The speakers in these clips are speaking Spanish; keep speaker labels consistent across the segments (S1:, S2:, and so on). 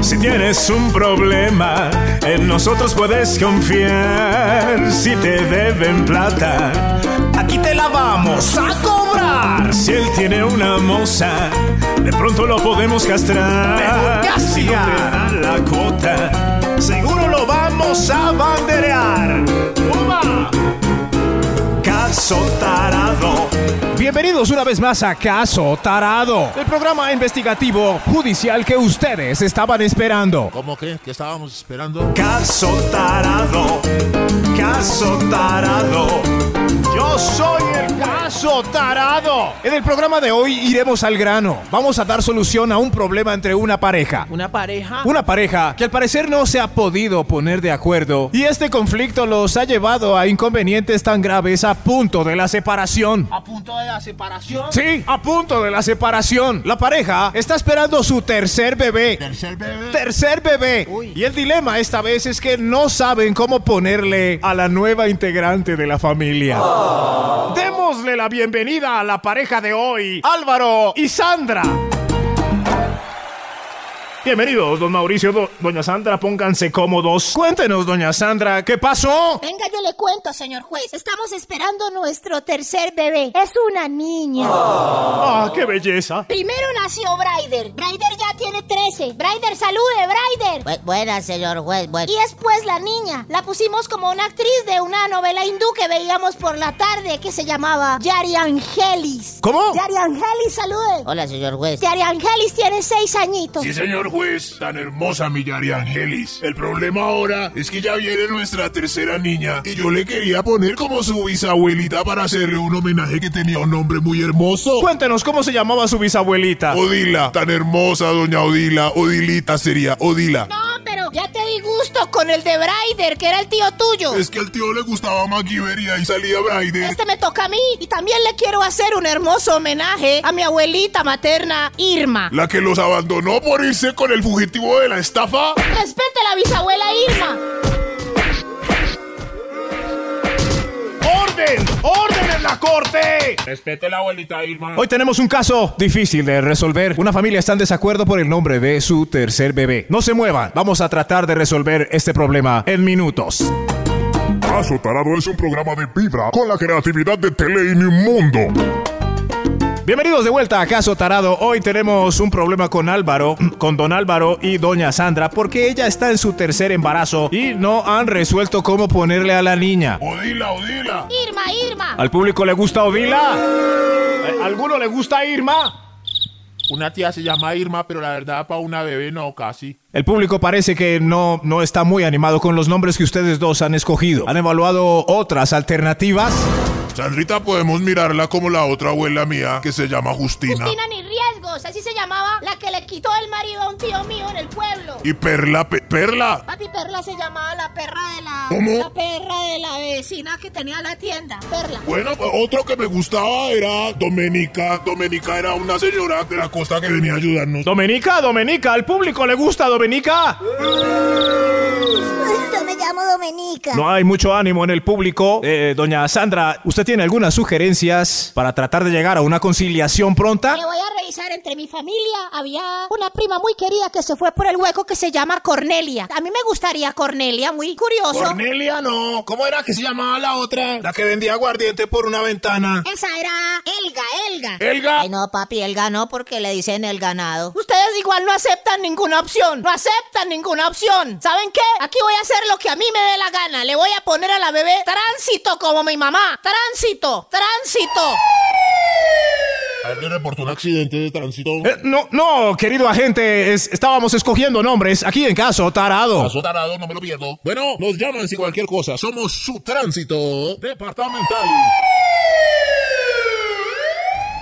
S1: Si tienes un problema, en nosotros puedes confiar. Si te deben plata,
S2: aquí te la vamos a cobrar.
S1: Si él tiene una moza, de pronto lo podemos castrar.
S2: Mejor
S1: Si no te
S2: castiga.
S1: da la cuota,
S2: Seguro lo vamos a banderear. ¡Toma!
S1: caso tarado.
S3: Bienvenidos una vez más a Caso Tarado, el programa investigativo judicial que ustedes estaban esperando.
S4: ¿Cómo que? ¿Qué estábamos esperando?
S1: Caso tarado, caso tarado.
S2: Yo soy el
S3: Caso Tarado. En el programa de hoy iremos al grano. Vamos a dar solución a un problema entre una pareja.
S5: Una pareja.
S3: Una pareja que al parecer no se ha podido poner de acuerdo y este conflicto los ha llevado a inconvenientes tan graves a punto de la separación.
S5: A punto de la separación.
S3: Sí, a punto de la separación. La pareja está esperando su tercer bebé.
S4: Tercer bebé.
S3: Tercer bebé.
S5: Uy.
S3: Y el dilema esta vez es que no saben cómo ponerle a la nueva integrante de la familia. Démosle la bienvenida a la pareja de hoy, Álvaro y Sandra.
S1: Bienvenidos, don Mauricio, do- doña Sandra, pónganse cómodos.
S3: Cuéntenos, doña Sandra, ¿qué pasó?
S6: Venga, yo le cuento, señor juez. Estamos esperando nuestro tercer bebé. Es una niña.
S1: ¡Ah, qué belleza!
S6: Primero nació Braider. Braider ya tiene 13. Braider, salude, Braider.
S7: Bu- buenas, señor juez. buen-
S6: Y después la niña. La pusimos como una actriz de una novela hindú que veíamos por la tarde que se llamaba Yari Angelis.
S3: ¿Cómo?
S6: Yari Angelis, salude.
S7: Hola, señor juez.
S6: Yari Angelis tiene seis añitos.
S4: señor juez. Pues, Tan hermosa mi Yari Angelis. El problema ahora es que ya viene nuestra tercera niña y yo le quería poner como su bisabuelita para hacerle un homenaje que tenía un nombre muy hermoso.
S3: Cuéntenos cómo se llamaba su bisabuelita.
S4: Odila, tan hermosa doña Odila. Odilita sería, Odila.
S6: No, pero ya te di gusto con el de Braider, que era el tío tuyo.
S4: Es que al tío le gustaba MacGyver y ahí salía Braider.
S6: Este me toca a mí y también le quiero hacer un hermoso homenaje a mi abuelita materna Irma.
S4: La que los abandonó por irse con el fugitivo de la estafa.
S6: Respete a la bisabuela Irma.
S2: orden. Orden en la corte.
S4: Respete la abuelita Irma.
S3: Hoy tenemos un caso difícil de resolver. Una familia está en desacuerdo por el nombre de su tercer bebé. No se muevan, vamos a tratar de resolver este problema en minutos.
S4: Caso Tarado es un programa de vibra con la creatividad de Telein Mundo.
S3: Bienvenidos de vuelta a Caso Tarado. Hoy tenemos un problema con Álvaro, con don Álvaro y doña Sandra, porque ella está en su tercer embarazo y no han resuelto cómo ponerle a la niña.
S4: Odila, Odila.
S6: Irma, Irma.
S3: ¿Al público le gusta Odila? ¿A ¿Alguno le gusta Irma?
S4: Una tía se llama Irma, pero la verdad para una bebé no, casi.
S3: El público parece que no, no está muy animado con los nombres que ustedes dos han escogido. ¿Han evaluado otras alternativas?
S4: Sandrita, podemos mirarla como la otra abuela mía que se llama Justina.
S6: Justina ni riesgos, así se llamaba la que le quitó el marido a un tío mío en el pueblo.
S4: Y Perla, Pe- Perla.
S6: Papi Perla se llamaba la perra de la
S4: ¿Cómo?
S6: la perra de la vecina que tenía la tienda. Perla.
S4: Bueno, pues, otro que me gustaba era Domenica. Domenica era una señora de la costa que venía a ayudarnos.
S3: Domenica, Domenica, al público le gusta Domenica.
S6: Yo me llamo Domenica.
S3: No hay mucho ánimo en el público. Eh, doña Sandra, ¿usted tiene algunas sugerencias para tratar de llegar a una conciliación pronta?
S6: Me voy a revisar entre mi familia. Había una prima muy querida que se fue por el hueco que se llama Cornelia. A mí me gustaría Cornelia, muy curioso.
S4: Cornelia, no. ¿Cómo era que se llamaba la otra? La que vendía aguardiente por una ventana.
S6: Esa era Elga, Elga.
S4: Elga.
S7: Ay, no, papi, él ganó porque le dicen el ganado.
S6: Ustedes igual no aceptan ninguna opción, no aceptan ninguna opción. ¿Saben qué? Aquí voy a hacer lo que a mí me dé la gana. Le voy a poner a la bebé tránsito como mi mamá. Tránsito, tránsito.
S4: A él le reportó un accidente de tránsito.
S3: Eh, no, no, querido agente, es- estábamos escogiendo nombres aquí en caso, tarado.
S4: Paso tarado, no me lo pierdo. Bueno, nos llaman si cualquier cosa. Somos su tránsito departamental.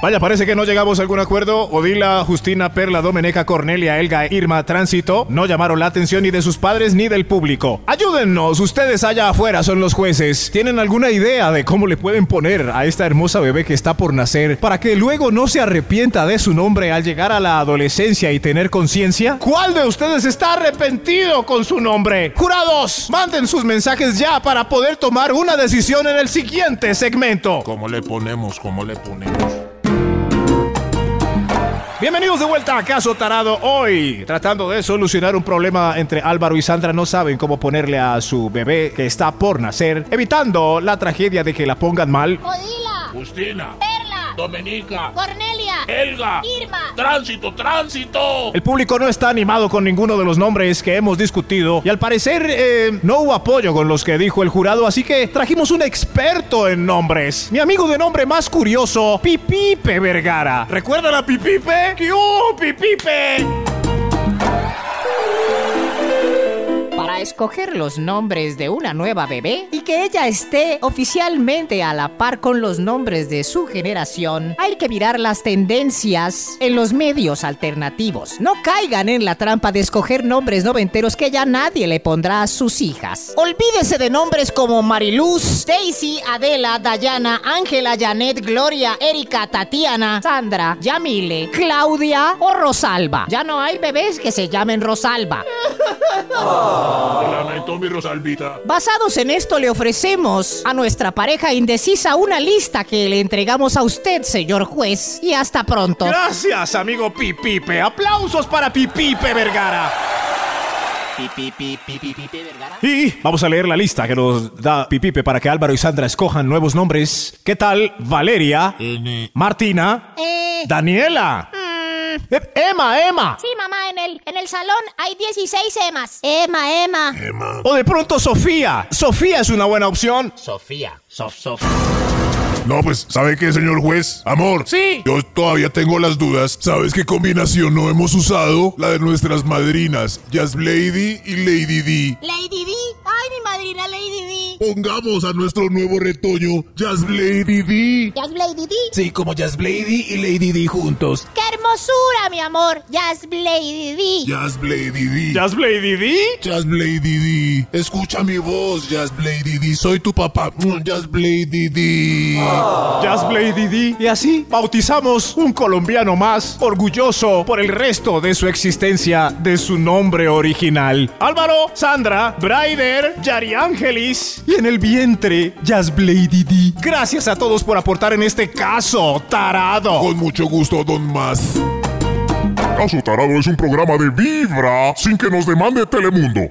S3: Vaya, parece que no llegamos a algún acuerdo. Odila, Justina, Perla, Domeneca, Cornelia, Elga, Irma, Tránsito no llamaron la atención ni de sus padres ni del público. Ayúdennos, ustedes allá afuera son los jueces. ¿Tienen alguna idea de cómo le pueden poner a esta hermosa bebé que está por nacer para que luego no se arrepienta de su nombre al llegar a la adolescencia y tener conciencia? ¿Cuál de ustedes está arrepentido con su nombre? Jurados, manden sus mensajes ya para poder tomar una decisión en el siguiente segmento.
S4: ¿Cómo le ponemos? ¿Cómo le ponemos?
S3: Bienvenidos de vuelta a Caso Tarado hoy, tratando de solucionar un problema entre Álvaro y Sandra. No saben cómo ponerle a su bebé que está por nacer, evitando la tragedia de que la pongan mal.
S5: Odila,
S8: Justina,
S5: Perla,
S8: Dominica,
S5: Cornelia,
S8: Elga,
S5: Irma.
S8: Tránsito, Tránsito.
S3: El público no está animado con ninguno de los nombres que hemos discutido y al parecer eh, no hubo apoyo con los que dijo el jurado, así que trajimos un experto en nombres. Mi amigo de nombre más curioso, Pipipe Vergara. ¿Recuerdan a Pipipe? ¡Qué hubo, Pipipe!
S6: Para escoger los nombres de una nueva bebé y que ella esté oficialmente a la par con los nombres de su generación, hay que mirar las tendencias en los medios alternativos. No caigan en la trampa de escoger nombres noventeros que ya nadie le pondrá a sus hijas.
S9: Olvídese de nombres como Mariluz, Daisy, Adela, Dayana, Ángela, Janet, Gloria, Erika, Tatiana,
S6: Sandra, Yamile, Claudia o Rosalba. Ya no hay bebés que se llamen Rosalba.
S4: Lamento mi Rosalvita.
S6: Basados en esto le ofrecemos a nuestra pareja indecisa una lista que le entregamos a usted, señor juez. Y hasta pronto.
S3: Gracias, amigo Pipipe. Aplausos para Pipipe Vergara. Y vamos a leer la lista que nos da Pipipe para que Álvaro y Sandra escojan nuevos nombres. ¿Qué tal? Valeria, Martina,
S5: Eh, Mm.
S3: Daniela, eh, Emma, Emma.
S5: sí, mamá, en el, en el salón hay 16 emas.
S10: Emma, Emma.
S3: O de pronto Sofía. Sofía es una buena opción.
S8: Sofía, Sof, Sof.
S4: No, pues, ¿sabe qué, señor juez? Amor. Sí. Yo todavía tengo las dudas. ¿Sabes qué combinación no hemos usado? La de nuestras madrinas, Jazz Lady y Lady D.
S5: Lady D. Ay, mi madrina Lady D.
S4: Pongamos a nuestro nuevo retoño, Jazz Lady D.
S5: Jazz Lady D.
S8: Sí, como Jazz Lady y Lady D juntos.
S5: ¡Qué hermosura, mi amor! Jazz Lady D.
S4: Jazz Lady D.
S3: Jazz Lady D.
S4: Jazz Lady D. Escucha mi voz, Jazz Lady D. Soy tu papá, mm, Jazz Lady D.
S3: Jazz Lady D. Y así bautizamos un colombiano más orgulloso por el resto de su existencia de su nombre original. Álvaro, Sandra, Braider, Yari Ángelis y en el vientre Jazz Lady D. Gracias a todos por aportar en este caso, tarado.
S4: Con mucho gusto, don Más. Caso Tarado es un programa de Vibra sin que nos demande Telemundo.